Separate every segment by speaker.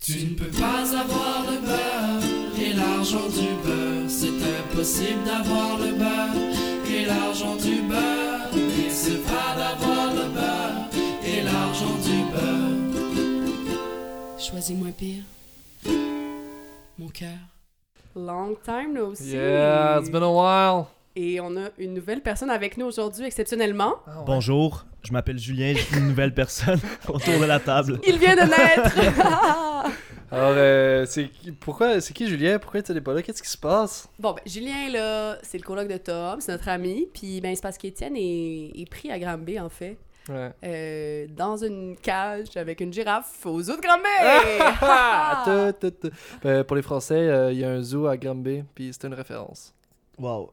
Speaker 1: Tu ne peux pas avoir le beurre et l'argent du beurre. C'est impossible d'avoir le beurre et l'argent du beurre. Et c'est pas d'avoir le beurre et l'argent du beurre.
Speaker 2: Choisis-moi pire. Mon cœur.
Speaker 3: Long time, là aussi.
Speaker 4: Yeah, it's been a while.
Speaker 3: Et on a une nouvelle personne avec nous aujourd'hui, exceptionnellement.
Speaker 5: Bonjour, je m'appelle Julien, je suis une nouvelle personne autour de la table.
Speaker 3: Il vient de naître!
Speaker 4: Alors, euh, c'est qui- pourquoi, c'est qui Julien Pourquoi t'es pas là Qu'est-ce qui se passe
Speaker 3: bon, ben, Julien, là, c'est le colloque de Tom, c'est notre ami. Puis, ben, c'est parce qu'Étienne est, est pris à Granby, en fait,
Speaker 4: Ouais.
Speaker 3: euh, dans une cage avec une girafe aux zoo de Granby!
Speaker 4: Ta, ta, ta. Euh, pour les Français, euh, il y a un zoo à Granby, puis c'est une référence.
Speaker 5: Wow.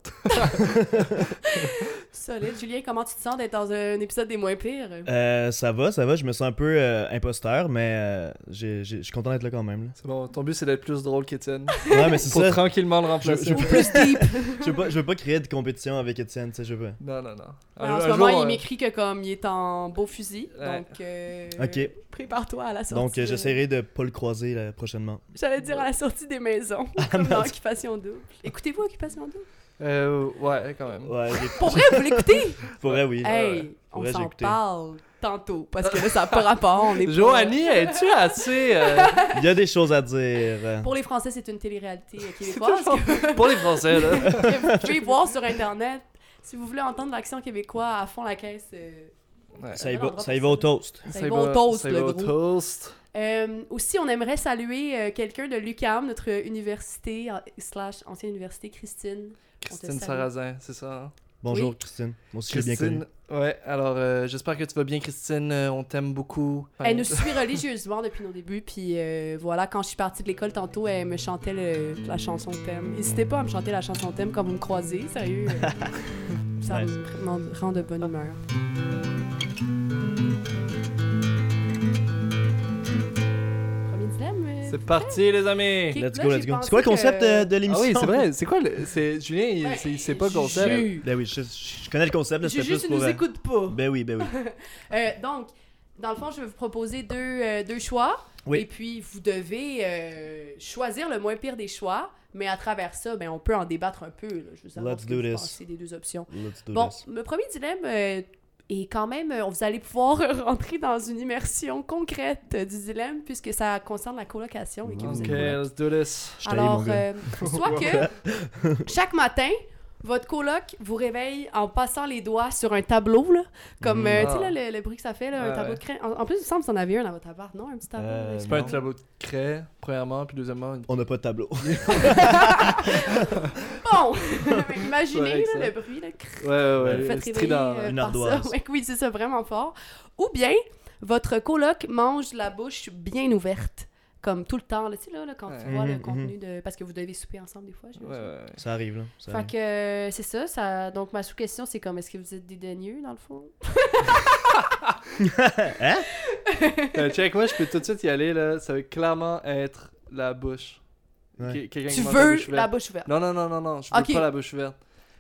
Speaker 3: Solide. Julien, comment tu te sens d'être dans un épisode des moins pires?
Speaker 5: Euh, ça va, ça va, je me sens un peu euh, imposteur, mais euh, j'ai- j'ai- je suis content d'être là quand même. là.
Speaker 4: C'est bon, ton but c'est d'être plus drôle qu'Étienne.
Speaker 5: Ouais, mais c'est
Speaker 4: Pour
Speaker 5: ça.
Speaker 4: tranquillement le
Speaker 5: Je,
Speaker 4: remplacer.
Speaker 5: je veux pas, je veux pas, je veux pas créer de compétition avec Étienne, tu sais, je veux
Speaker 4: Non, non, non.
Speaker 3: Alors, en
Speaker 4: Un
Speaker 3: ce
Speaker 4: jour,
Speaker 3: moment,
Speaker 4: euh,
Speaker 3: il m'écrit que comme il est en beau fusil,
Speaker 4: Ouais.
Speaker 3: donc euh,
Speaker 5: Ok.
Speaker 3: prépare-toi à la
Speaker 5: pas.
Speaker 3: sortie.
Speaker 5: Donc, euh,
Speaker 3: de-
Speaker 5: j'essaierai de pas le croiser là, prochainement.
Speaker 3: J'allais dire à la sortie des maisons, comme dans Occupation Double. Écoutez-vous Occupation Double?
Speaker 4: euh, ouais, quand même.
Speaker 5: Ouais, j'ai-
Speaker 3: Mm. Pour vrai, vous l'écoutez?
Speaker 5: pourrais, oui.
Speaker 3: hey, on
Speaker 5: j'ai
Speaker 3: s'en
Speaker 5: écouté.
Speaker 3: parle tantôt, parce que là, ça n'a pas rapport, on est pas-
Speaker 4: Joanie, es-tu assez. euh,
Speaker 5: Il y a des choses à dire.
Speaker 3: Pour les Français, c'est une télé-réalité québécoise
Speaker 4: toujours- pour les Français, là.
Speaker 3: que vous pouvez voir sur Internet. Si vous voulez entendre l'action québécoise à fond la caisse, euh,
Speaker 4: Ouais.
Speaker 5: Ça y va, ça y va au toast.
Speaker 3: ça y va au toast,
Speaker 4: ça y
Speaker 3: le
Speaker 4: va au
Speaker 3: gros.
Speaker 4: toast.
Speaker 3: Euh, aussi, on aimerait saluer euh, quelqu'un de l'UCAM, notre université, euh, slash ancienne université, Christine. On
Speaker 4: Christine
Speaker 3: te salue.
Speaker 4: Sarrazin, c'est ça. hein?
Speaker 5: Bonjour,
Speaker 3: Oui.
Speaker 5: Christine. Moi aussi, je l'ai bien connu.
Speaker 4: Christine, ouais, alors euh, j'espère que tu vas bien, Christine. euh, on t'aime beaucoup.
Speaker 3: Elle Eh, nous suit religieusement depuis nos débuts, puis euh, voilà, quand je suis partie de l'école tantôt, elle me chantait le- la chanson thème. N'hésitez pas à me chanter la chanson thème quand vous me croisez, sérieux. euh, ça
Speaker 5: Nice.
Speaker 3: me rend- rend de bonne humeur. Premier dilemme? euh,
Speaker 4: C'est parti, les
Speaker 3: Ok.
Speaker 4: amis!
Speaker 5: Let's
Speaker 3: Là,
Speaker 5: go,
Speaker 3: j'ai
Speaker 5: let's go.
Speaker 3: pensé
Speaker 5: C'est quoi le concept
Speaker 3: que-
Speaker 5: euh, de
Speaker 4: Ah
Speaker 5: l'émission
Speaker 4: oui, c'est vrai, c'est quoi le. c'est- Julien, il,
Speaker 3: Ouais,
Speaker 4: c'est- il sait pas le concept.
Speaker 3: Juju.
Speaker 5: Ben oui, je, je connais le concept, là, c'était
Speaker 3: Juju,
Speaker 5: plus
Speaker 3: tu
Speaker 5: pour.
Speaker 3: nous
Speaker 5: euh,
Speaker 3: écoutes pas.
Speaker 5: Ben oui, ben oui.
Speaker 3: Euh, donc, dans le fond, je vais vous proposer deux, euh, deux choix.
Speaker 5: Oui.
Speaker 3: Et puis, vous devez euh, choisir le moins pire des choix. Mais à travers ça, ben, on peut en débattre un peu. là. Je veux savoir
Speaker 5: Let's
Speaker 3: ce que
Speaker 5: do
Speaker 3: vous
Speaker 5: this.
Speaker 3: pensez des deux options.
Speaker 5: Let's do
Speaker 3: Bon,
Speaker 5: this.
Speaker 3: le premier dilemme euh, est quand même... euh, vous allez pouvoir rentrer dans une immersion concrète euh, du dilemme puisque ça concerne la colocation et que vous êtes
Speaker 4: Ok,
Speaker 3: coloc.
Speaker 4: let's do this.
Speaker 5: Je t'haïs,
Speaker 3: Alors,
Speaker 5: mon gars.
Speaker 3: euh, soit que chaque matin, votre coloc vous réveille en passant les doigts sur un tableau, là, comme,
Speaker 5: Mm.
Speaker 3: euh, tu
Speaker 4: Ah.
Speaker 3: sais, là, le, le bruit que ça fait, là, un
Speaker 4: Ah
Speaker 3: tableau
Speaker 4: ouais.
Speaker 3: de craie. En, en plus, il me semble que vous en avez un dans votre appart, non? Un petit tableau?
Speaker 5: Euh,
Speaker 3: avec-
Speaker 4: C'est pas un
Speaker 5: Non.
Speaker 4: tableau de craie, premièrement, puis deuxièmement, une-
Speaker 5: On n'a pas de tableau.
Speaker 3: Bon! Mais Imaginez
Speaker 4: Ouais,
Speaker 3: là,
Speaker 4: ça.
Speaker 3: le bruit, là, crrr,
Speaker 4: Ouais, ouais,
Speaker 5: Ouais.
Speaker 4: ouais.
Speaker 3: faites
Speaker 4: c'est
Speaker 3: réveiller
Speaker 4: dans-
Speaker 3: euh,
Speaker 5: Une
Speaker 3: par
Speaker 5: ardoise.
Speaker 3: ça. Ouais, oui, c'est ça, vraiment fort. Ou bien, votre coloc mange la bouche bien ouverte, comme tout le temps, là, tu sais, là, là, quand tu
Speaker 4: Ouais. Mm-hmm,
Speaker 3: vois le
Speaker 5: Mhm,
Speaker 3: contenu de... Parce que vous devez souper ensemble des fois, j'imagine.
Speaker 4: Ouais, ouais.
Speaker 5: Ça arrive, là. Ça
Speaker 3: Fait
Speaker 5: arrive.
Speaker 3: que euh, c'est ça, ça. Donc ma sous-question, c'est comme est-ce que vous êtes dédaigneux dans le fond
Speaker 4: Euh, check, moi je peux tout de suite y aller là. Ça veut clairement être la bouche.
Speaker 5: Ouais.
Speaker 4: Qui- Quelqu'un qui
Speaker 3: Tu
Speaker 4: mange la
Speaker 3: veux
Speaker 4: bouche
Speaker 3: la
Speaker 4: ouverte.
Speaker 3: bouche ouverte.
Speaker 4: Non, non, non, non, non, je veux
Speaker 3: Ok.
Speaker 4: pas la bouche ouverte.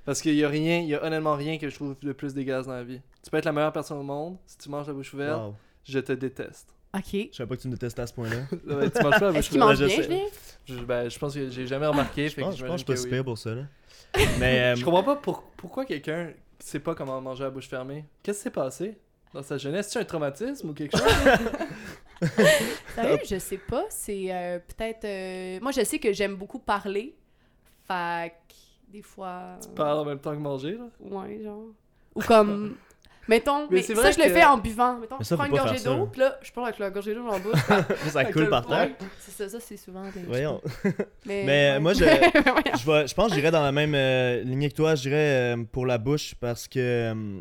Speaker 4: Parce qu'il y a rien, il y a honnêtement rien que je trouve le plus dégueulasse dans la vie. Tu peux être la meilleure personne au monde, si tu manges la bouche
Speaker 3: euh,
Speaker 4: ouverte,
Speaker 5: Wow.
Speaker 4: je te déteste.
Speaker 3: Ok.
Speaker 5: Je savais pas que tu me détestais à ce point-là.
Speaker 4: Ouais, tu manges pas la bouche
Speaker 3: Est-ce qu'il
Speaker 4: ouverte.
Speaker 3: mange bien,
Speaker 5: je sais.
Speaker 3: Julien
Speaker 4: Je, ben, je pense que j'ai jamais remarqué.
Speaker 5: Je
Speaker 4: fait que
Speaker 5: pense, je pense
Speaker 4: j'imagine
Speaker 5: que
Speaker 4: que
Speaker 5: je suis pas si
Speaker 4: oui.
Speaker 5: pire pour ça, là. Mais.
Speaker 4: Je
Speaker 5: euh,
Speaker 4: comprends pas pour- pourquoi quelqu'un sait pas comment manger à bouche fermée. Qu'est-ce qui s'est passé dans sa jeunesse? C'est un traumatisme ou quelque chose?
Speaker 3: Sérieux, je sais pas. C'est euh, peut-être. euh, Moi, je sais que j'aime beaucoup parler. Fait que des fois.
Speaker 4: tu parles en même temps que manger là?
Speaker 3: Ouais, genre. Ou comme. Mettons, mais,
Speaker 4: Mais c'est
Speaker 3: ça,
Speaker 4: vrai
Speaker 3: je le
Speaker 4: que-
Speaker 3: fais en buvant. Mettons,
Speaker 5: Mais
Speaker 3: je
Speaker 5: ça,
Speaker 3: prends
Speaker 5: faut
Speaker 3: une
Speaker 5: pas
Speaker 3: gorgée
Speaker 5: faire ça,
Speaker 3: d'eau,
Speaker 5: là.
Speaker 3: puis là, je parle avec la gorgée d'eau dans la bouche.
Speaker 5: ça coule par terre.
Speaker 3: Ouais, c'est ça, ça, c'est souvent. des-
Speaker 5: Voyons.
Speaker 3: Mais,
Speaker 5: Mais, euh,
Speaker 3: ouais.
Speaker 5: moi, je-
Speaker 3: Mais voyons.
Speaker 5: Je, vais- je pense que j'irais dans la même euh, lignée que toi. J'irais euh, pour la bouche parce que euh,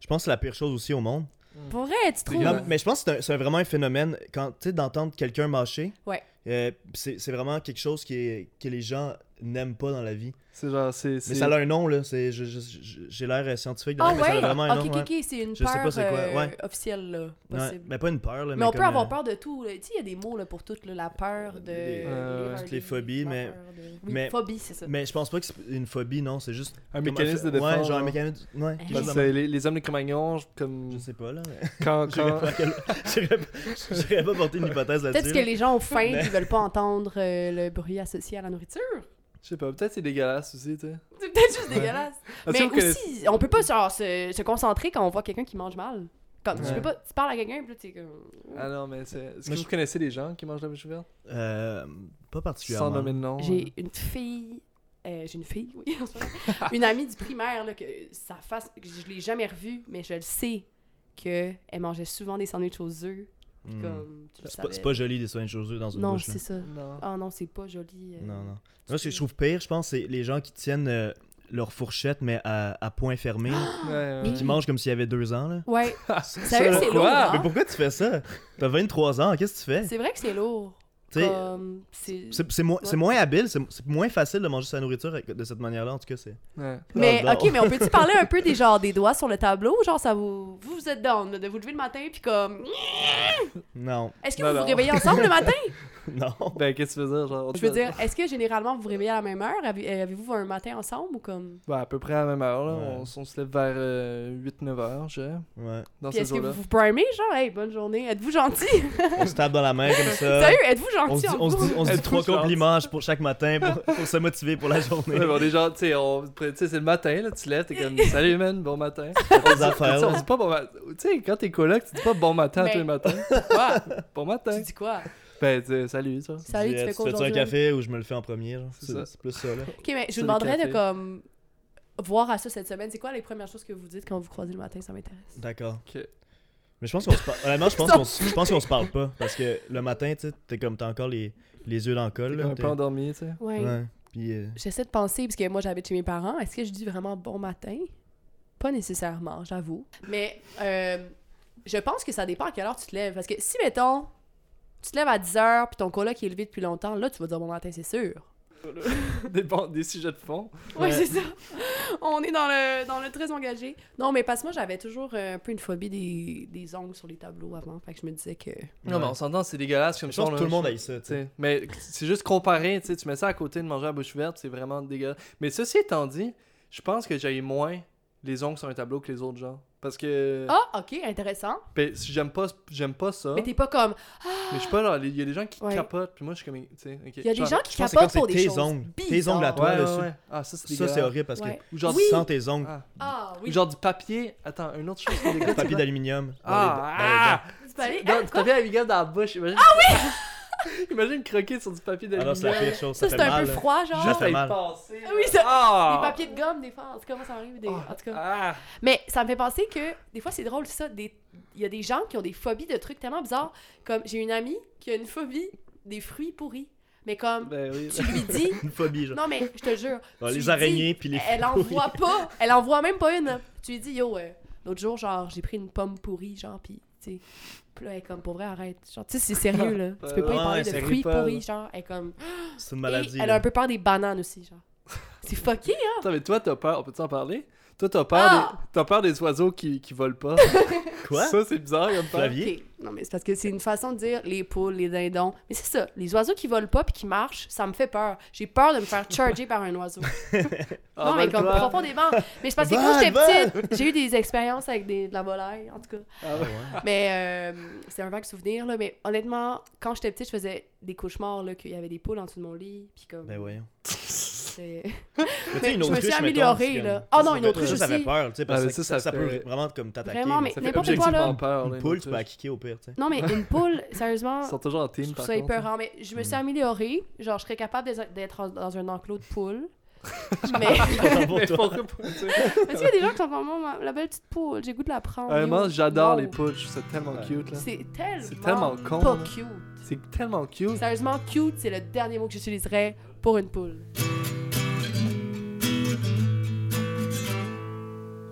Speaker 5: je pense que c'est la pire chose aussi au monde.
Speaker 3: Pour vrai, tu trouves.
Speaker 4: Ouais.
Speaker 5: Non, mais je pense que c'est un- c'est vraiment un phénomène. Quand tu sais, d'entendre quelqu'un mâcher,
Speaker 3: Ouais.
Speaker 5: euh, c'est c'est vraiment quelque chose qui est, que les gens n'aiment pas dans la vie.
Speaker 4: C'est genre, c'est.
Speaker 5: Mais
Speaker 4: c'est-
Speaker 5: ça a un nom, là. c'est- je- je- je- J'ai l'air euh, scientifique, de
Speaker 3: Ah
Speaker 5: même, mais ça a
Speaker 3: ouais?
Speaker 5: vraiment un
Speaker 3: ok,
Speaker 5: nom.
Speaker 3: ok,
Speaker 5: ouais.
Speaker 3: ok, c'est une
Speaker 5: Je sais
Speaker 3: peur
Speaker 5: pas c'est quoi,
Speaker 3: euh,
Speaker 5: ouais.
Speaker 3: officielle, là,
Speaker 5: Ouais,
Speaker 3: possible.
Speaker 5: mais pas une peur, là.
Speaker 3: mais on peut
Speaker 5: comme,
Speaker 3: avoir
Speaker 5: euh,
Speaker 3: peur de tout. là. Tu sais, il y a des mots là, pour tout. là, la peur de.
Speaker 5: Des-
Speaker 4: Euh,
Speaker 5: toutes les phobies,
Speaker 3: la
Speaker 5: mais-
Speaker 3: peur de- Oui,
Speaker 5: mais-
Speaker 3: phobie, c'est ça.
Speaker 5: Mais je pense pas que c'est une phobie, non. C'est juste.
Speaker 4: Un
Speaker 5: comme
Speaker 4: mécanisme de
Speaker 5: ph-
Speaker 4: défense.
Speaker 5: Ouais, genre un
Speaker 4: hein.
Speaker 5: mécanisme. Ouais,
Speaker 3: Ah.
Speaker 5: quelque
Speaker 4: Parce
Speaker 5: chose
Speaker 4: que
Speaker 5: de-
Speaker 4: les, les hommes de Cro-Magnon, je- comme.
Speaker 5: Je sais pas, là. mais-
Speaker 4: Quand.
Speaker 5: J'irais
Speaker 4: quand...
Speaker 5: pas, à quel- j'irais pas- j'irais pas porter une hypothèse
Speaker 3: Peut-être
Speaker 5: là-dessus.
Speaker 3: que
Speaker 5: là.
Speaker 3: les gens ont faim
Speaker 5: Mais-
Speaker 3: et veulent pas entendre euh, le bruit associé à la nourriture.
Speaker 4: Je sais pas, peut-être c'est dégueulasse aussi, tu sais.
Speaker 3: C'est peut-être juste dégueulasse.
Speaker 4: Ah, tu
Speaker 3: Mais
Speaker 4: sais, vous connaissez-
Speaker 3: aussi, on peut pas genre, se, se concentrer quand on voit quelqu'un qui mange mal. Comme, tu
Speaker 4: Ouais.
Speaker 3: peux pas, tu parles à quelqu'un, puis là, t'es comme...
Speaker 4: Ah non, mais c'est. Est-ce que
Speaker 5: Moi,
Speaker 4: vous
Speaker 5: je-
Speaker 4: connaissez des gens qui mangent la bouche ouverte
Speaker 5: Euh, Pas
Speaker 4: Sans nommer
Speaker 5: particulièrement.
Speaker 4: de nom.
Speaker 3: J'ai une fille... euh, j'ai une fille, oui. en ce moment. une amie du primaire, là, que sa face... que Je l'ai jamais revue, mais je le sais qu'elle mangeait souvent des sandwichs aux œufs. puis
Speaker 5: Hmm.
Speaker 3: Comme, tu le
Speaker 5: C'est pas, c'est
Speaker 3: savais.
Speaker 5: pas joli des soins de chaussures dans une
Speaker 3: Non,
Speaker 5: bouche. là.
Speaker 3: c'est ça.
Speaker 4: euh, Non.
Speaker 3: Ah non, c'est pas joli. euh.
Speaker 5: Non, non. Moi, ce que je trouve pire, je pense, c'est les gens qui tiennent euh, leur fourchette, mais à, à point fermé,
Speaker 3: Ah,
Speaker 5: là,
Speaker 4: Ouais, ouais.
Speaker 5: qui mangent comme s'il y avait deux ans. Là.
Speaker 3: Ouais,
Speaker 5: Ça,
Speaker 3: sérieux,
Speaker 5: là.
Speaker 3: c'est
Speaker 4: Quoi?
Speaker 3: lourd, hein?
Speaker 5: Mais pourquoi tu fais ça? T'as 23 ans, qu'est-ce que tu fais?
Speaker 3: C'est vrai que c'est lourd.
Speaker 5: Tu sais,
Speaker 3: Comme, c'est...
Speaker 5: C'est c'est moins- c'est moins habile, c'est c'est moins facile de manger sa nourriture avec- de cette manière-là, en tout cas. c'est
Speaker 4: Ouais.
Speaker 3: Mais
Speaker 5: Ah, non.
Speaker 3: ok, mais on peut-tu parler un peu des genre des doigts sur le tableau, genre ça vous vous, vous êtes down là, de vous lever le matin puis comme
Speaker 5: Non,
Speaker 3: est-ce que
Speaker 4: Non,
Speaker 3: vous
Speaker 4: non.
Speaker 3: vous réveillez ensemble le matin
Speaker 5: non.
Speaker 4: Ben, qu'est-ce que tu veux dire, genre.
Speaker 3: Je veux dire, est-ce que généralement vous vous réveillez à la même heure Avez- euh, Avez-vous un matin ensemble ou comme
Speaker 4: Ben, à peu près à la même heure, là.
Speaker 5: Ouais.
Speaker 4: On, s- on se lève vers 8-9 heures, je dirais,
Speaker 5: Ouais.
Speaker 4: Dans
Speaker 3: Puis
Speaker 4: ces
Speaker 3: est-ce que
Speaker 4: jours-là.
Speaker 3: vous vous primez genre hey bonne journée, êtes-vous gentil
Speaker 5: On se tape dans la main comme ça.
Speaker 3: Sérieux, êtes-vous
Speaker 5: Euh, On se
Speaker 3: gentil
Speaker 5: dit,
Speaker 3: en
Speaker 5: on se
Speaker 3: vous
Speaker 5: dit, on se dit
Speaker 4: Elle
Speaker 5: trois
Speaker 4: touche, genre.
Speaker 5: compliments pour chaque matin pour, pour se motiver pour la journée.
Speaker 4: Ouais, ben, on est genre, tu sais, on- tu sais, c'est le matin, là, tu te lèves, t'es comme, salut, man, bon matin. On dit-
Speaker 5: affaires,
Speaker 4: tu sais, on
Speaker 5: là.
Speaker 4: dit pas bon matin. Tu sais, quand t'es coloc, tu dis pas bon matin
Speaker 3: Mais-
Speaker 4: à tous les matins. Bon matin.
Speaker 3: Ben, Tu dis quoi
Speaker 4: Ben, tu sais, salut, ça.
Speaker 5: Je
Speaker 3: Salut,
Speaker 5: dis,
Speaker 3: tu
Speaker 5: eh,
Speaker 3: fais quoi
Speaker 5: fais-tu un
Speaker 3: aujourd'hui
Speaker 5: café ou je me le fais en premier? genre?
Speaker 4: C'est
Speaker 5: C'est
Speaker 4: ça.
Speaker 5: c'est plus ça, là.
Speaker 3: OK, mais je
Speaker 4: C'est
Speaker 3: vous
Speaker 4: le
Speaker 3: demanderais de
Speaker 4: café.
Speaker 3: comme voir à ça cette semaine, c'est quoi les premières choses que vous dites quand vous croisez le matin, ça m'intéresse.
Speaker 5: D'accord.
Speaker 4: Ok.
Speaker 5: Mais je pense qu'on se parle. Honnêtement, je pense qu'on se- je pense qu'on se parle pas. Parce que le matin, tu sais, t'es comme t'as encore les, les yeux dans le
Speaker 4: T'es
Speaker 5: col.
Speaker 4: comme
Speaker 5: Là,
Speaker 4: un peu endormi, tu sais.
Speaker 3: Ouais.
Speaker 5: t'es- Ouais. Puis, euh,
Speaker 3: J'essaie de penser, parce que moi j'habite chez mes parents, est-ce que je dis vraiment bon matin? Pas nécessairement, j'avoue. Mais euh, je pense que ça dépend à quelle heure tu te lèves. Parce que si, mettons, tu te lèves à 10h, puis ton coloc est levé depuis longtemps, là tu vas dire bon matin, c'est sûr.
Speaker 4: Des, bon- des sujets de fond.
Speaker 3: Oui, c'est ça. On est dans le, dans le très engagé. Non, mais parce que moi j'avais toujours euh, un peu une phobie des, des ongles sur les tableaux avant. Fait que je me disais que.
Speaker 4: Non, mais on s'entend, c'est dégueulasse comme
Speaker 5: je pense
Speaker 4: ça,
Speaker 5: que
Speaker 4: là.
Speaker 5: tout le monde a ça, tu
Speaker 4: Tu
Speaker 5: sais.
Speaker 4: sais, mais c'est juste comparé, tu sais, tu mets ça à côté de manger à bouche ouverte, c'est vraiment dégueulasse. Mais ceci étant dit, je pense que j'ai moins les ongles sur un tableau que les autres gens. Parce que
Speaker 3: Ah, ok, intéressant.
Speaker 4: ben, si j'aime pas j'aime pas ça,
Speaker 3: Mais t'es pas comme.
Speaker 4: mais je suis pas là, il y a des gens qui
Speaker 3: Ouais.
Speaker 4: capotent, puis moi je suis comme tu sais, OK.
Speaker 3: Il y a des gens qui
Speaker 5: je pense que c'est
Speaker 3: capotent
Speaker 5: comme
Speaker 3: pour
Speaker 5: c'est
Speaker 3: des
Speaker 5: tes
Speaker 3: choses.
Speaker 5: ongles. Tes
Speaker 3: bizarres.
Speaker 5: ongles à toi.
Speaker 4: ouais, ouais,
Speaker 5: dessus.
Speaker 4: ouais. Ah, ça c'est
Speaker 5: Ça,
Speaker 4: dégueulasse.
Speaker 5: c'est horrible parce que.
Speaker 3: Ouais.
Speaker 4: Ou genre,
Speaker 5: Tu
Speaker 3: Oui.
Speaker 5: sens tes ongles.
Speaker 4: Ah,
Speaker 3: Ah,
Speaker 4: ou
Speaker 3: oui.
Speaker 4: genre du papier. Attends, une autre chose qui dégueulasse.
Speaker 5: papier d'aluminium.
Speaker 4: Ah,
Speaker 3: Tu peux aller-
Speaker 4: ah non, du papier d'aluminium dans la bouche. Ah oui. Imagine croquer sur du papier
Speaker 5: Alors, Ah c'est
Speaker 4: d'aluminium.
Speaker 5: la pire chose.
Speaker 3: Ça,
Speaker 5: Ça,
Speaker 3: c'est
Speaker 5: fait
Speaker 3: un
Speaker 5: mal.
Speaker 3: peu
Speaker 5: là.
Speaker 3: froid, genre.
Speaker 5: Ça
Speaker 4: Juste
Speaker 5: fait
Speaker 4: à y
Speaker 5: mal.
Speaker 4: penser.
Speaker 3: Oui, ça-
Speaker 4: Ah!
Speaker 3: Les papiers de gomme, des fois. En tout cas, moi, ça m'arrive. Des...
Speaker 4: Ah.
Speaker 3: En tout cas.
Speaker 4: Ah!
Speaker 3: Mais ça me fait penser que, des fois, c'est drôle, ça. des- Il y a des gens qui ont des phobies de trucs tellement bizarres. Comme, j'ai une amie qui a une phobie des fruits pourris. Mais comme,
Speaker 4: Ben oui.
Speaker 3: tu lui dis...
Speaker 5: Une phobie, genre.
Speaker 3: Non, mais je te jure.
Speaker 5: Dans
Speaker 3: tu lui
Speaker 5: les
Speaker 3: dis-
Speaker 5: araignées, puis les.
Speaker 3: Elle en voit pas. Elle en voit même pas une. Tu lui dis, yo, euh, l'autre jour, genre, j'ai pris une pomme pourrie, genre, pis, tu sais. Puis là, elle est comme, pour vrai, arrête. Genre, tu sais, c'est sérieux, là. Tu peux pas y
Speaker 5: Ouais,
Speaker 3: parler de
Speaker 5: sérieux,
Speaker 3: fruits
Speaker 4: pas, là.
Speaker 3: pourris, genre. Elle est comme...
Speaker 5: C'est une
Speaker 3: Et
Speaker 5: maladie.
Speaker 3: elle a
Speaker 5: là.
Speaker 3: un peu peur des bananes aussi, genre. C'est fucké, hein?
Speaker 4: Attends, mais toi, t'as peur, on peut-tu en parler? Toi, t'as peur,
Speaker 3: Ah!
Speaker 4: des... t'as peur des oiseaux qui, qui volent pas.
Speaker 5: Quoi?
Speaker 4: Ça, c'est bizarre comme peur.
Speaker 5: Flavie?
Speaker 3: Ok. Non, mais c'est parce que c'est une façon de dire les poules, les dindons. Mais c'est ça, les oiseaux qui volent pas puis qui marchent, ça me fait peur. J'ai peur de me faire charger par un oiseau.
Speaker 4: Ah,
Speaker 3: non,
Speaker 4: ben
Speaker 3: mais comme
Speaker 4: Envole-toi.
Speaker 3: profondément. Mais c'est parce que
Speaker 5: Va,
Speaker 3: quand j'étais
Speaker 5: va.
Speaker 3: petite, j'ai eu des expériences avec des, de la volaille, en tout cas.
Speaker 4: Ah ouais.
Speaker 3: Mais euh, c'est un vague souvenir, là. Mais honnêtement, quand j'étais petite, je faisais des cauchemars, là, qu'il y avait des poules en dessous de mon lit. Puis comme.
Speaker 5: Ben voyons.
Speaker 3: c'est-
Speaker 5: Mais, tu
Speaker 3: Mais
Speaker 5: sais, une
Speaker 3: je me
Speaker 5: autruche,
Speaker 3: suis
Speaker 5: mettons,
Speaker 3: améliorée,
Speaker 5: c'est comme-
Speaker 3: là. Ah non, une
Speaker 5: ça,
Speaker 3: autruche
Speaker 5: Ça, ça
Speaker 3: aussi.
Speaker 5: fait peur, tu sais,
Speaker 4: Ah,
Speaker 5: parce
Speaker 4: mais
Speaker 5: que
Speaker 4: ça,
Speaker 5: ça,
Speaker 4: ça
Speaker 5: ça
Speaker 4: fait-
Speaker 5: peut vraiment comme t'attaquer.
Speaker 3: Vraiment,
Speaker 5: là.
Speaker 3: mais
Speaker 4: Ça fait
Speaker 3: n'importe quoi,
Speaker 4: objectivement
Speaker 3: là.
Speaker 4: peur. là,
Speaker 5: Une poule, tu peux
Speaker 4: truc.
Speaker 5: la kicker au pire, tu sais.
Speaker 3: Non, mais une poule, sérieusement.
Speaker 4: Ils sont toujours en
Speaker 3: Ah. Je
Speaker 4: team,
Speaker 3: trouve
Speaker 4: par
Speaker 3: ça
Speaker 4: contre. hein. Hmm.
Speaker 3: épeurant, mais je me suis améliorée. Genre, je serais capable d'être- d'être en- dans un enclos de poules. mais
Speaker 4: Mais
Speaker 5: Pour toi.
Speaker 4: pour répondre,
Speaker 3: parce qu'il y a des gens qui sont vraiment ma- la belle petite poule, j'ai le goût de la prendre.
Speaker 4: Vraiment,
Speaker 3: yo.
Speaker 4: Euh, j'adore
Speaker 3: Wow.
Speaker 4: les poules, je trouve ça tellement
Speaker 5: Ouais.
Speaker 4: cute, là.
Speaker 3: C'est tellement,
Speaker 4: C'est tellement con,
Speaker 3: pas
Speaker 4: là.
Speaker 3: cute.
Speaker 4: C'est tellement cute.
Speaker 3: Sérieusement, cute, c'est le dernier mot que j'utiliserais pour une poule.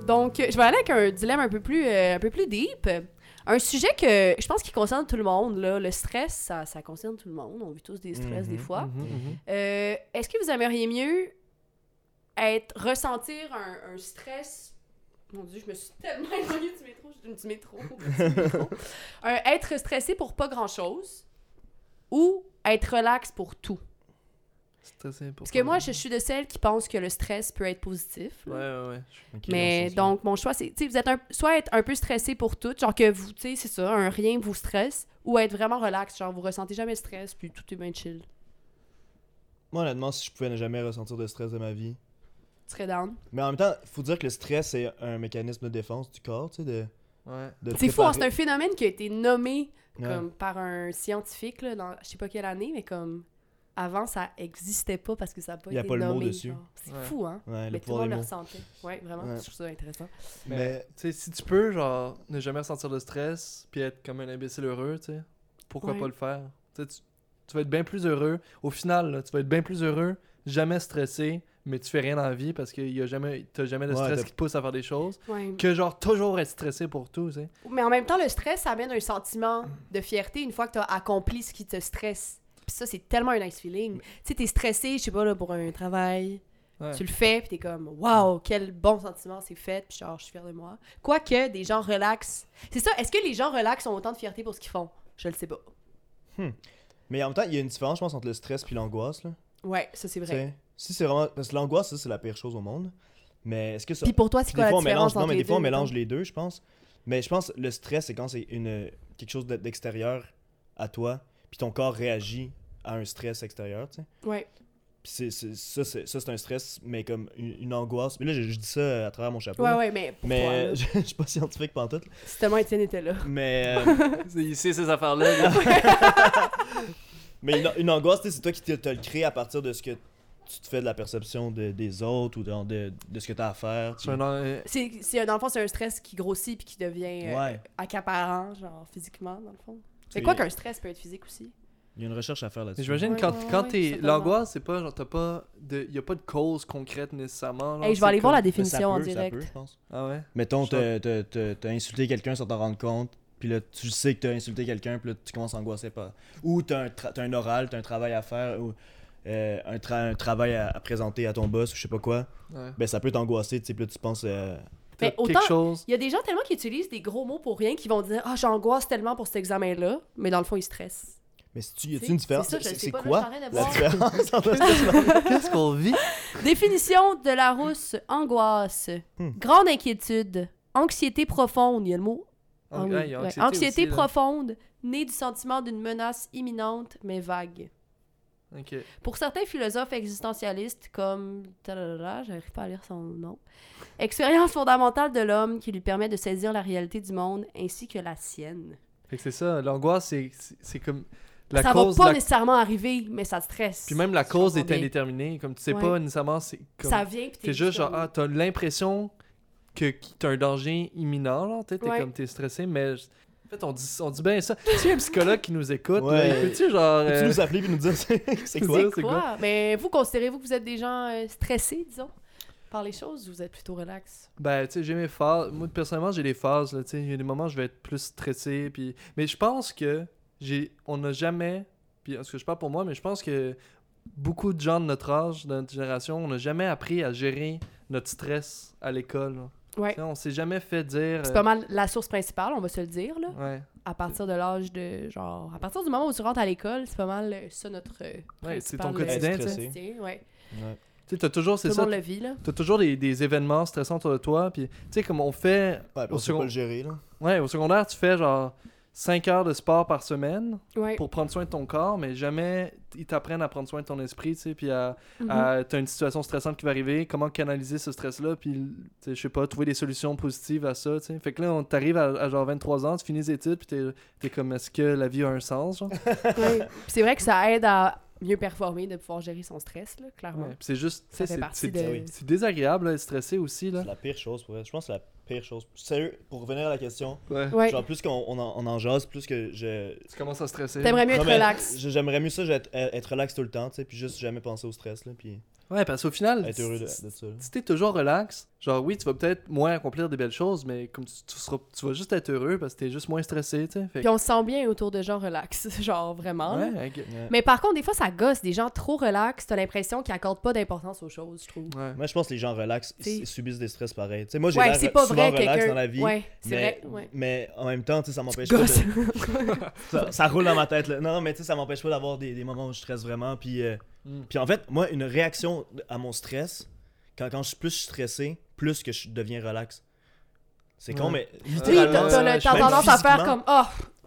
Speaker 3: Donc, je vais aller avec un dilemme un peu plus, euh, un peu plus deep. Un sujet que je pense qui concerne tout le monde, là, le stress, ça, ça concerne tout le monde. On vit tous des stress des
Speaker 5: Mhm,
Speaker 3: fois.
Speaker 4: Mhm, mhm.
Speaker 3: Euh, Est-ce que vous aimeriez mieux être ressentir un, un stress Mon Dieu, je me suis tellement éloignée du métro, je du métro. du micro. Un- être stressé pour pas grand chose ou être relax pour tout.
Speaker 4: C'est très simple.
Speaker 3: Parce que moi, je suis de celles qui pensent que le stress peut être positif.
Speaker 4: Ouais,
Speaker 3: là.
Speaker 4: ouais, ouais.
Speaker 5: Ok,
Speaker 3: Mais
Speaker 5: dans
Speaker 3: donc, mon choix, c'est, tu sais, vous êtes un, soit être un peu stressé pour tout, genre que vous, tu sais, c'est ça, un rien vous stresse, ou être vraiment relax, genre vous ressentez jamais le stress, puis tout est bien chill.
Speaker 5: ce sens-là. Moi, honnêtement, si je pouvais ne jamais ressentir de stress de ma vie.
Speaker 3: Tu serais down.
Speaker 5: Mais en même temps, faut dire que le stress, c'est un mécanisme de défense du corps, tu sais, de.
Speaker 4: Ouais.
Speaker 5: de
Speaker 3: C'est fou, hein, c'est
Speaker 5: préparer-
Speaker 3: un phénomène qui a été nommé
Speaker 5: Ouais.
Speaker 3: comme par un scientifique, là, dans je sais pas quelle année, mais comme avant, ça existait pas parce que ça a pas
Speaker 5: Il y a
Speaker 3: été
Speaker 5: pas le mot
Speaker 3: nommé,
Speaker 5: dessus.
Speaker 3: genre. C'est
Speaker 4: Ouais.
Speaker 3: fou, hein?
Speaker 5: Ouais, le
Speaker 3: mais tout le
Speaker 5: pouvoir
Speaker 3: monde
Speaker 5: des
Speaker 3: le
Speaker 5: mots.
Speaker 3: ressentait. Ouais, vraiment,
Speaker 5: Ouais.
Speaker 3: je trouve ça intéressant.
Speaker 5: Mais
Speaker 4: Tu sais, si tu peux, genre, ne jamais ressentir de stress, puis être comme un imbécile heureux, tu sais, pourquoi
Speaker 3: Ouais.
Speaker 4: pas le faire? Tu sais, tu, tu vas être bien plus heureux. Au final, là, tu vas être bien plus heureux, jamais stressé, mais tu fais rien dans la vie parce que y a jamais, t'as jamais de
Speaker 5: Ouais,
Speaker 4: stress
Speaker 5: t'as-
Speaker 4: qui te pousse à faire des choses.
Speaker 3: Ouais.
Speaker 4: Que genre, toujours être stressé pour tout, tu sais.
Speaker 3: Mais en même temps, le stress amène un sentiment de fierté une fois que tu as accompli ce qui te stresse. Puis ça, c'est tellement un nice feeling. Tu sais, t'es stressé, je sais pas, là, pour un travail.
Speaker 4: Ouais.
Speaker 3: Tu le fais, puis t'es comme, waouh, quel bon sentiment c'est fait, puis genre, je suis fière de moi. Quoique, des gens relaxent. C'est ça, est-ce que les gens relaxent ont autant de fierté pour ce qu'ils font Je le sais pas.
Speaker 5: Mais en même temps, il y a une différence, je pense, entre le stress puis l'angoisse. là.
Speaker 3: Ouais, ça c'est
Speaker 5: Tu
Speaker 3: vrai.
Speaker 5: sais, Si c'est vraiment. Parce que l'angoisse, ça, c'est la pire chose au monde. Mais est-ce que ça.
Speaker 3: Puis pour toi, c'est quoi
Speaker 5: des
Speaker 3: la
Speaker 5: fois, on
Speaker 3: différence
Speaker 5: mélange, non,
Speaker 3: entre
Speaker 5: mais
Speaker 3: les
Speaker 5: des fois, on
Speaker 3: deux,
Speaker 5: mélange
Speaker 3: mettons?
Speaker 5: les deux, je pense. Mais je pense le stress, c'est quand c'est une quelque chose de- d'extérieur à toi, puis ton corps réagit à un stress extérieur, tu sais.
Speaker 3: Ouais.
Speaker 5: Puis c'est- c'est- ça, c'est ça, c'est un stress, mais comme une, une angoisse. Mais là, je, je dis ça à travers mon chapeau.
Speaker 3: Ouais,
Speaker 5: là.
Speaker 3: ouais, mais pour toi,
Speaker 5: Mais
Speaker 3: là,
Speaker 5: je, je suis pas scientifique pantoute. là.
Speaker 3: si tellement Étienne était là.
Speaker 5: Mais, euh,
Speaker 4: C'est ici ces affaires-là. là.
Speaker 5: mais une, une angoisse, tu sais, c'est toi qui te, te le crée à partir de ce que tu te fais de la perception de- des autres ou de, de, de ce que tu as à faire.
Speaker 4: C'est un an- euh,
Speaker 3: C'est, c'est, dans le fond, c'est un stress qui grossit puis qui devient euh,
Speaker 5: Ouais.
Speaker 3: accaparant, genre physiquement, dans le fond.
Speaker 5: C'est-
Speaker 3: Mais quoi qu'un stress peut être physique aussi.
Speaker 5: Il y a une recherche à faire là-dessus.
Speaker 4: Mais j'imagine
Speaker 3: Ouais,
Speaker 4: quand,
Speaker 3: ouais,
Speaker 4: quand
Speaker 3: ouais,
Speaker 4: t'es.
Speaker 3: certainement.
Speaker 4: L'angoisse, c'est pas genre, t'as pas. de- Y a pas de cause concrète nécessairement. genre,
Speaker 3: Hey, je
Speaker 4: c'est
Speaker 3: vais aller voir
Speaker 4: comme-
Speaker 3: la
Speaker 5: Mais ça
Speaker 3: définition en
Speaker 5: peut, ça
Speaker 3: direct.
Speaker 5: peut, je pense.
Speaker 4: Ah ouais?
Speaker 5: Mettons,
Speaker 4: Je
Speaker 5: t'as t'as- t'as- t'as insulté quelqu'un sans t'en rendre compte, puis là, tu sais que t'as insulté quelqu'un, puis là, tu commences à angoisser pas. Ou t'as un, tra- t'as un oral, t'as un travail à faire, ou euh, un, tra- un travail à, à présenter à ton boss, ou je sais pas quoi.
Speaker 4: Ouais.
Speaker 5: Ben, ça peut t'angoisser, tu sais, puis là, tu penses. euh,
Speaker 4: T'as
Speaker 3: Mais autant-
Speaker 4: quelque chose.
Speaker 3: Il y a des gens tellement qui utilisent des gros mots pour rien qui vont dire Ah, j'angoisse tellement pour cet examen-là, mais dans le fond, ils stressent.
Speaker 5: Mais si tu, y
Speaker 3: C'est-
Speaker 5: a-tu une différence
Speaker 3: c'est ça, je sais
Speaker 5: C'est
Speaker 3: pas, là, je suis
Speaker 5: quoi
Speaker 3: en train de
Speaker 5: la
Speaker 3: voir.
Speaker 5: différence entre ça
Speaker 4: Qu'est-ce qu'on vit?
Speaker 3: Définition de la rousse angoisse.
Speaker 5: Hmm.
Speaker 3: Grande inquiétude. Anxiété profonde. Il y a le mot. Ah oui,
Speaker 4: Ah, il y a
Speaker 3: ouais.
Speaker 4: anxiété
Speaker 3: Anxiété
Speaker 4: aussi, là.
Speaker 3: profonde, née du sentiment d'une menace imminente mais vague.
Speaker 4: Ok.
Speaker 3: Pour certains philosophes existentialistes comme... Tadadada, J'arrive pas à lire son nom. Expérience fondamentale de l'homme qui lui permet de saisir la réalité du monde ainsi que la sienne.
Speaker 4: Fait que c'est ça, l'angoisse, c'est- c'est c'est comme la
Speaker 3: ça
Speaker 4: cause.
Speaker 3: va pas
Speaker 4: la-
Speaker 3: nécessairement arriver, mais ça te stresse.
Speaker 4: Puis même la
Speaker 3: Je
Speaker 4: cause est
Speaker 3: comprends bien.
Speaker 4: indéterminée, comme tu sais
Speaker 3: Ouais.
Speaker 4: pas nécessairement, c'est comme...
Speaker 3: Ça vient, puis t'es
Speaker 4: T'es juste genre,
Speaker 3: comme-
Speaker 4: ah, t'as l'impression que que t'as un danger imminent, là, t'es t'es
Speaker 3: Ouais.
Speaker 4: comme, t'es stressé, mais... En fait, on dit, on dit bien ça. Si un psychologue qui nous écoute, là,
Speaker 5: Ouais.
Speaker 4: il peut-tu genre...
Speaker 5: Peux-tu
Speaker 4: euh,
Speaker 5: nous appeler puis nous dire c'est c'est
Speaker 3: C'est
Speaker 5: quoi
Speaker 4: quoi,
Speaker 3: quoi,
Speaker 4: c'est quoi?
Speaker 3: Mais vous, considérez-vous que vous êtes des gens euh, stressés, disons, par les choses, ou vous êtes plutôt relax?
Speaker 4: Ben, tu sais, j'ai mes phases. Moi, personnellement, j'ai des phases, là, tu sais. Il y a des moments où je vais être plus stressé, puis... Mais je pense que j'ai... On n'a jamais... Puis, en ce que je parle pour moi, mais je pense que beaucoup de gens de notre âge, de notre génération, on n'a jamais appris à gérer notre stress à l'école. là.
Speaker 3: Ouais.
Speaker 4: Tu sais, On s'est jamais fait dire...
Speaker 3: C'est pas mal la source principale, on va se le dire, là.
Speaker 4: euh, Ouais.
Speaker 3: À partir de l'âge de, genre, à partir du moment où tu rentres à l'école, c'est pas mal euh, ça notre euh,
Speaker 4: Ouais, c'est
Speaker 3: principal,
Speaker 4: ton
Speaker 3: euh,
Speaker 4: quotidien,
Speaker 5: tu sais.
Speaker 3: quotidien, ouais.
Speaker 5: Ouais.
Speaker 4: Tu sais, t'as toujours...
Speaker 3: Tout
Speaker 4: C'est
Speaker 3: le
Speaker 4: ça,
Speaker 3: monde le vit, là.
Speaker 4: T'as toujours des, des événements stressants autour de toi, puis tu sais, comme on fait.
Speaker 5: Ouais,
Speaker 4: au,
Speaker 5: on sait pas
Speaker 4: second-
Speaker 5: le gérer, là.
Speaker 4: ouais, au secondaire, tu fais genre 5 heures de sport par semaine
Speaker 3: Ouais.
Speaker 4: pour prendre soin de ton corps, mais jamais ils t'apprennent à prendre soin de ton esprit, tu sais, puis à,
Speaker 3: Mhm.
Speaker 5: Ah.
Speaker 4: à- t'as une situation stressante qui va arriver, comment canaliser ce stress-là, puis tu sais, je sais pas, trouver des solutions positives à ça, tu sais. Fait que là, on t'arrive à, à genre 23 ans, tu finis les études, puis t'es- t'es comme, est-ce que la vie a un sens, genre?
Speaker 3: Ouais. Puis c'est vrai que ça aide à mieux performer, de pouvoir gérer son stress, là, clairement.
Speaker 4: Ouais, puis c'est juste, tu sais,
Speaker 3: Ah Ça fait
Speaker 4: c'est-
Speaker 3: partie
Speaker 4: c'est
Speaker 3: de-
Speaker 5: Ah oui.
Speaker 4: c'est désagréable, là, être stressé aussi, là.
Speaker 5: C'est la pire chose pour vrai. Je pense que c'est la pire chose. Sérieux, pour revenir à la question,
Speaker 4: Ouais.
Speaker 3: Ouais.
Speaker 5: genre plus qu'on on en, on en jase, plus que je,
Speaker 4: Tu commences à stresser.
Speaker 3: T'aimerais mieux
Speaker 5: Non,
Speaker 3: être
Speaker 5: mais
Speaker 3: relax.
Speaker 5: euh, j- J'aimerais mieux ça, j'ai- être, être relax tout le temps, tu sais, puis juste jamais penser au stress, là, puis...
Speaker 4: Ouais, parce qu'au final,
Speaker 5: Être heureux de,
Speaker 4: si-
Speaker 5: de ça. là.
Speaker 4: si t'es toujours relax, genre oui, tu vas peut-être moins accomplir des belles choses, mais comme tu, tu seras, tu vas juste être heureux parce que t'es juste moins stressé, tu sais. Fait que-
Speaker 3: Puis on se sent bien autour de gens relax, genre vraiment. là.
Speaker 4: Ouais, ok.
Speaker 5: Ouais.
Speaker 3: Mais par contre, des fois, ça gosse. Des gens trop relax, t'as l'impression qu'ils accordent pas d'importance aux choses, je trouve.
Speaker 4: Ouais.
Speaker 5: Moi, je pense que les gens relax, ils
Speaker 3: T'sais.
Speaker 5: ils subissent des stress pareils. Tu sais, moi, j'ai
Speaker 3: Ouais,
Speaker 5: l'air
Speaker 3: c'est pas
Speaker 5: souvent
Speaker 3: vrai,
Speaker 5: relax
Speaker 3: quelqu'un.
Speaker 5: dans la vie.
Speaker 3: Ouais, c'est
Speaker 5: mais,
Speaker 3: vrai. Ouais.
Speaker 5: mais en même temps, tu sais, ça m'empêche pas de...
Speaker 3: Gosse.
Speaker 5: ça, ça roule dans ma tête. Là. Non, mais tu sais, ça m'empêche pas d'avoir des, des moments où je stresse vraiment. Puis, euh,
Speaker 4: Mm.
Speaker 5: puis en fait, moi, une réaction à mon stress, quand, quand je suis plus stressé, plus que je deviens relax. C'est con,
Speaker 4: Ouais.
Speaker 5: mais
Speaker 3: Oui,
Speaker 4: Littéralement,
Speaker 3: t'as- t'as
Speaker 4: euh,
Speaker 3: le-
Speaker 4: je
Speaker 3: t'as
Speaker 4: fais-
Speaker 3: tendance à faire
Speaker 5: physiquement,
Speaker 3: comme Oh,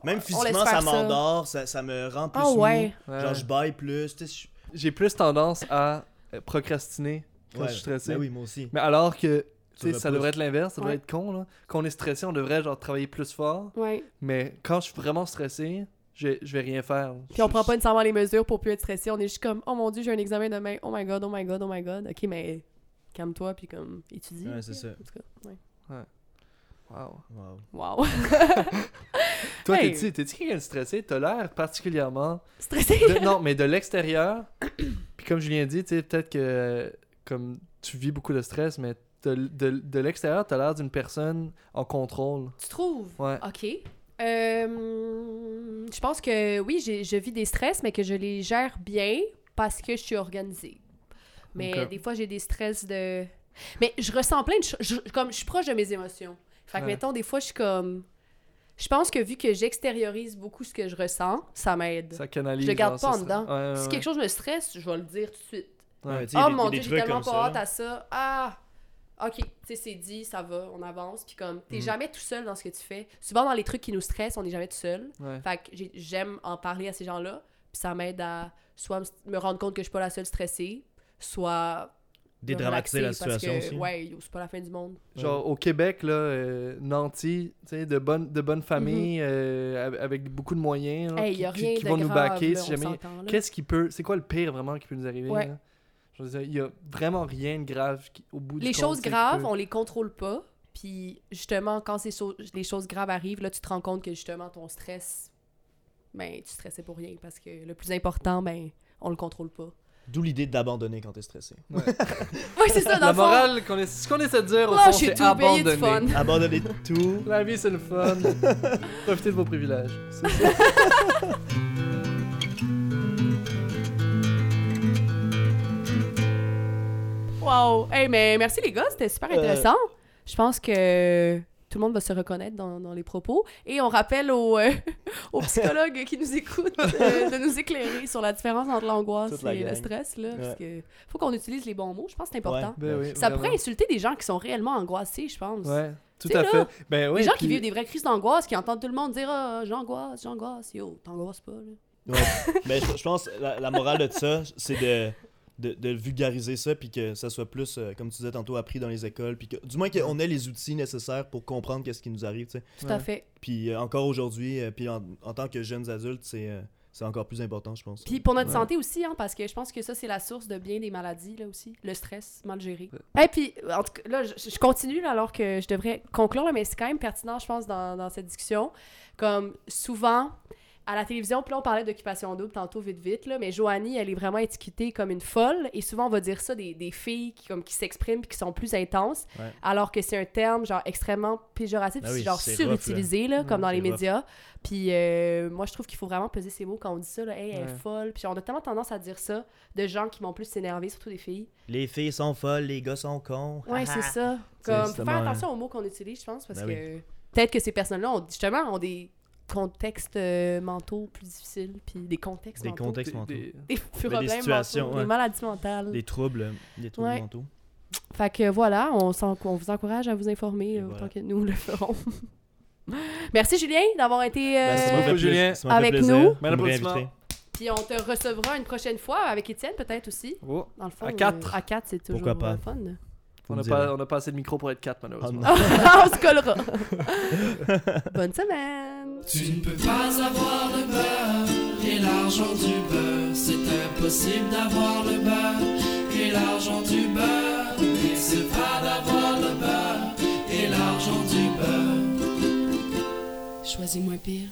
Speaker 5: même
Speaker 3: on laisse faire
Speaker 5: physiquement, ça
Speaker 3: ça.
Speaker 5: m'endort, ça. Ça, me rend plus
Speaker 3: ah ouais.
Speaker 5: mou.
Speaker 4: Ouais.
Speaker 5: Genre, je baille plus. Tu sais, je suis-
Speaker 4: J'ai plus tendance à euh, procrastiner quand
Speaker 5: Ouais,
Speaker 4: je suis stressé.
Speaker 5: ben oui, moi aussi.
Speaker 4: Mais alors que tu
Speaker 5: Tu
Speaker 4: sais, ça
Speaker 5: repousses.
Speaker 4: devrait être l'inverse, ça devrait
Speaker 3: Ouais.
Speaker 4: être con. Là. Quand on est stressé, on devrait genre travailler plus fort.
Speaker 3: Ouais.
Speaker 4: Mais quand je suis vraiment stressé, je, je vais rien faire.
Speaker 3: Puis on prend pas nécessairement les mesures pour plus être stressé. On est juste comme Oh mon dieu, j'ai un examen demain. Oh my god, oh my god, oh my god. Ok, mais calme-toi, puis comme étudie.
Speaker 5: Ouais, c'est ça.
Speaker 3: En tout cas, ouais.
Speaker 4: Wow.
Speaker 5: Wow.
Speaker 3: Wow.
Speaker 4: Toi,
Speaker 3: Hey.
Speaker 4: t'es-tu t'es-tu quelqu'un de stressé? T'as l'air particulièrement
Speaker 3: Stressé.
Speaker 4: de- non, mais de l'extérieur. Puis comme je viens de dire, tu sais, peut-être que comme tu vis beaucoup de stress, mais de, de, de l'extérieur, t'as l'air d'une personne en contrôle.
Speaker 3: Tu trouves?
Speaker 4: Ouais.
Speaker 3: OK. Euh, je pense que oui, j'ai- je vis des stress, mais que je les gère bien parce que je suis organisée. Mais
Speaker 4: Ok.
Speaker 3: des fois, j'ai des stress de. Mais je ressens plein de choses. Je- Comme je suis proche de mes émotions. Fait que,
Speaker 4: Ouais.
Speaker 3: mettons, des fois, je suis comme. Je pense que vu que j'extériorise beaucoup ce que je ressens, ça m'aide.
Speaker 4: Ça canalise.
Speaker 3: Je garde
Speaker 4: genre,
Speaker 3: pas
Speaker 4: ça,
Speaker 3: en
Speaker 4: ça-
Speaker 3: dedans.
Speaker 4: Ouais, ouais,
Speaker 3: Si quelque chose me stresse, je vais le dire tout de suite.
Speaker 4: Ouais.
Speaker 5: Ouais, Euh, tu sais, il y a
Speaker 3: Oh
Speaker 5: des-
Speaker 3: mon
Speaker 5: il y a
Speaker 3: dieu,
Speaker 5: des
Speaker 3: j'ai
Speaker 5: trucs
Speaker 3: tellement
Speaker 5: comme ça,
Speaker 3: pas hâte
Speaker 5: là.
Speaker 3: à ça. Ah! Ok, tu sais, c'est dit, ça va, on avance. Puis comme, t'es
Speaker 5: Mm.
Speaker 4: Mhm.
Speaker 3: jamais tout seul dans ce que tu fais. Souvent, dans les trucs qui nous stressent, on n'est jamais tout seul.
Speaker 4: ouais.
Speaker 3: Fait que j'ai- j'aime en parler à ces gens-là. Puis ça m'aide à soit me- me rendre compte que je suis pas la seule stressée, soit. me
Speaker 5: Dédramatiser la
Speaker 3: relaxer parce
Speaker 5: situation
Speaker 3: que,
Speaker 5: aussi.
Speaker 3: Ouais, yo, c'est pas la fin du monde.
Speaker 4: Genre au Québec, là, euh, nantis, tu sais, de bonnes de bonne familles, euh, av- avec beaucoup de moyens, là,
Speaker 3: Mhm. Hey,
Speaker 4: qui,
Speaker 3: y a
Speaker 4: qui-
Speaker 3: rien
Speaker 4: qui
Speaker 3: de
Speaker 4: vont nous
Speaker 3: grave,
Speaker 4: baquer
Speaker 3: là,
Speaker 4: si
Speaker 3: on
Speaker 4: jamais.
Speaker 3: s'entend, là.
Speaker 4: Qu'est-ce qui peut. C'est quoi le pire vraiment qui peut nous arriver?
Speaker 3: Ouais.
Speaker 4: là? Je veux dire, il y a vraiment rien de grave qui- au bout du
Speaker 3: Les
Speaker 4: compte,
Speaker 3: choses
Speaker 4: tu sais, qui
Speaker 3: graves,
Speaker 4: peut-
Speaker 3: on les contrôle pas. Puis justement, quand ces cho- les choses graves arrivent, là, tu te rends compte que justement, ton stress, ben, tu stressais pour rien. Parce que le plus important, ben, on le contrôle pas.
Speaker 5: D'où l'idée d'abandonner quand t'es stressé.
Speaker 3: Oui, c'est ça, dans
Speaker 4: La
Speaker 3: le fond.
Speaker 4: morale, qu'on est... ce qu'on essaie de dire au
Speaker 3: Oh,
Speaker 4: fond,
Speaker 3: je suis
Speaker 4: c'est
Speaker 3: tout payé du fun.
Speaker 4: abandonner.
Speaker 5: Abandonner tout.
Speaker 4: La vie, c'est le fun. Profitez de vos privilèges. C'est ça.
Speaker 3: Wow. Hey, mais merci les gars, c'était super
Speaker 5: Euh.
Speaker 3: intéressant. Je pense que tout le monde va se reconnaître dans, dans les propos. Et on rappelle aux, euh, aux psychologues qui nous écoutent euh, de nous éclairer sur la différence entre l'angoisse
Speaker 5: Toute la
Speaker 3: et le
Speaker 5: gang.
Speaker 3: stress. Là, parce que faut qu'on utilise les bons mots, je pense que c'est important.
Speaker 5: Ouais.
Speaker 4: Ben oui,
Speaker 3: Ça
Speaker 4: vraiment.
Speaker 3: pourrait insulter des gens qui sont réellement angoissés, je pense.
Speaker 4: Ouais, tout
Speaker 3: Tu sais,
Speaker 4: à
Speaker 3: là,
Speaker 4: fait. Ben oui,
Speaker 3: des gens
Speaker 4: puis-
Speaker 3: qui vivent des vraies crises d'angoisse, qui entendent tout le monde dire Ah, j'angoisse, j'angoisse. Yo, t'angoisses pas. Là.
Speaker 5: Ouais. Mais Ben, je, je pense la, la morale de ça, c'est de, de, de vulgariser ça, puis que ça soit plus, euh, comme tu disais tantôt, appris dans les écoles, puis que du moins qu'on ait les outils nécessaires pour comprendre qu'est-ce qui nous arrive, tu sais.
Speaker 3: Tout
Speaker 4: Ouais.
Speaker 3: à fait.
Speaker 5: Puis euh, encore aujourd'hui, euh, puis en, en tant que jeunes adultes, c'est euh, c'est encore plus important, je pense.
Speaker 3: Puis pour notre santé aussi, hein, parce que je pense que ça, c'est la source de bien des maladies, là aussi. Le stress mal géré. Et puis, en tout cas, là, je, je continue, là, alors que je devrais conclure, là, mais c'est quand même pertinent, je pense, dans, dans cette discussion. Comme souvent, à la télévision, puis là, on parlait d'occupation double tantôt, vite, vite, là, mais Joanie, elle est vraiment étiquetée comme une folle, et souvent, on va dire ça des, des filles qui, comme, qui s'expriment puis qui sont plus intenses,
Speaker 5: Ouais.
Speaker 3: alors que c'est un terme, genre, extrêmement péjoratif,
Speaker 5: Ah
Speaker 3: puis
Speaker 5: oui,
Speaker 3: genre
Speaker 5: c'est rough, là.
Speaker 3: surutilisé, là, comme dans
Speaker 5: c'est
Speaker 3: les
Speaker 5: rough.
Speaker 3: médias. Puis euh, moi, je trouve qu'il faut vraiment peser ces mots quand on dit ça, là, hey, elle
Speaker 4: Ouais.
Speaker 3: est folle. Puis on a tellement tendance à dire ça de gens qui m'ont plus énervé, surtout des filles.
Speaker 5: Les filles sont folles, les gars sont cons. Ah,
Speaker 3: Ouais, c'est ça.
Speaker 5: C'est
Speaker 3: Comme, faut
Speaker 5: justement, hein.
Speaker 3: faire attention aux mots qu'on utilise, je pense, parce
Speaker 5: Ben
Speaker 3: que peut-être que ces personnes-là ont justement ont des contextes euh, mentaux plus difficiles, puis des contextes
Speaker 5: Des
Speaker 3: mentaux.
Speaker 5: contextes
Speaker 4: Des-
Speaker 5: mentaux. Des,
Speaker 4: des-
Speaker 3: Des problèmes
Speaker 5: situations,
Speaker 3: mentaux,
Speaker 5: ouais.
Speaker 3: des maladies mentales.
Speaker 5: troubles, euh, des troubles
Speaker 3: Ouais.
Speaker 5: mentaux.
Speaker 3: Fait que voilà, on, s'en- on vous encourage à vous informer
Speaker 5: Et
Speaker 3: euh,
Speaker 5: voilà.
Speaker 3: autant que nous le ferons. Merci Julien d'avoir été euh,
Speaker 5: Ben, ça m'a fait
Speaker 4: beaucoup,
Speaker 5: plaisir-
Speaker 4: Julien.
Speaker 5: ça m'a fait
Speaker 3: Avec
Speaker 5: plaisir
Speaker 3: nous.
Speaker 5: de
Speaker 4: Madame
Speaker 5: me
Speaker 4: Applaudissements.
Speaker 5: réinviter.
Speaker 3: Puis on te recevra une prochaine fois avec Étienne, peut-être aussi.
Speaker 4: Oh,
Speaker 3: Dans le fond,
Speaker 4: À
Speaker 3: euh,
Speaker 4: quatre.
Speaker 3: à 4, c'est toujours
Speaker 5: Pourquoi pas.
Speaker 3: euh, fun.
Speaker 5: Vous
Speaker 4: on
Speaker 5: me
Speaker 4: n'a
Speaker 5: direz.
Speaker 4: pas, on a pas assez de micro pour être quatre, malheureusement.
Speaker 5: Ah,
Speaker 3: on se collera. Bonne semaine.
Speaker 1: Tu ne peux pas avoir le beurre et l'argent du beurre. C'est impossible d'avoir le beurre et l'argent du beurre. Et c'est pas d'avoir le beurre et l'argent du beurre.
Speaker 2: Choisis-moi pire.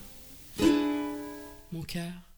Speaker 2: Mon cœur.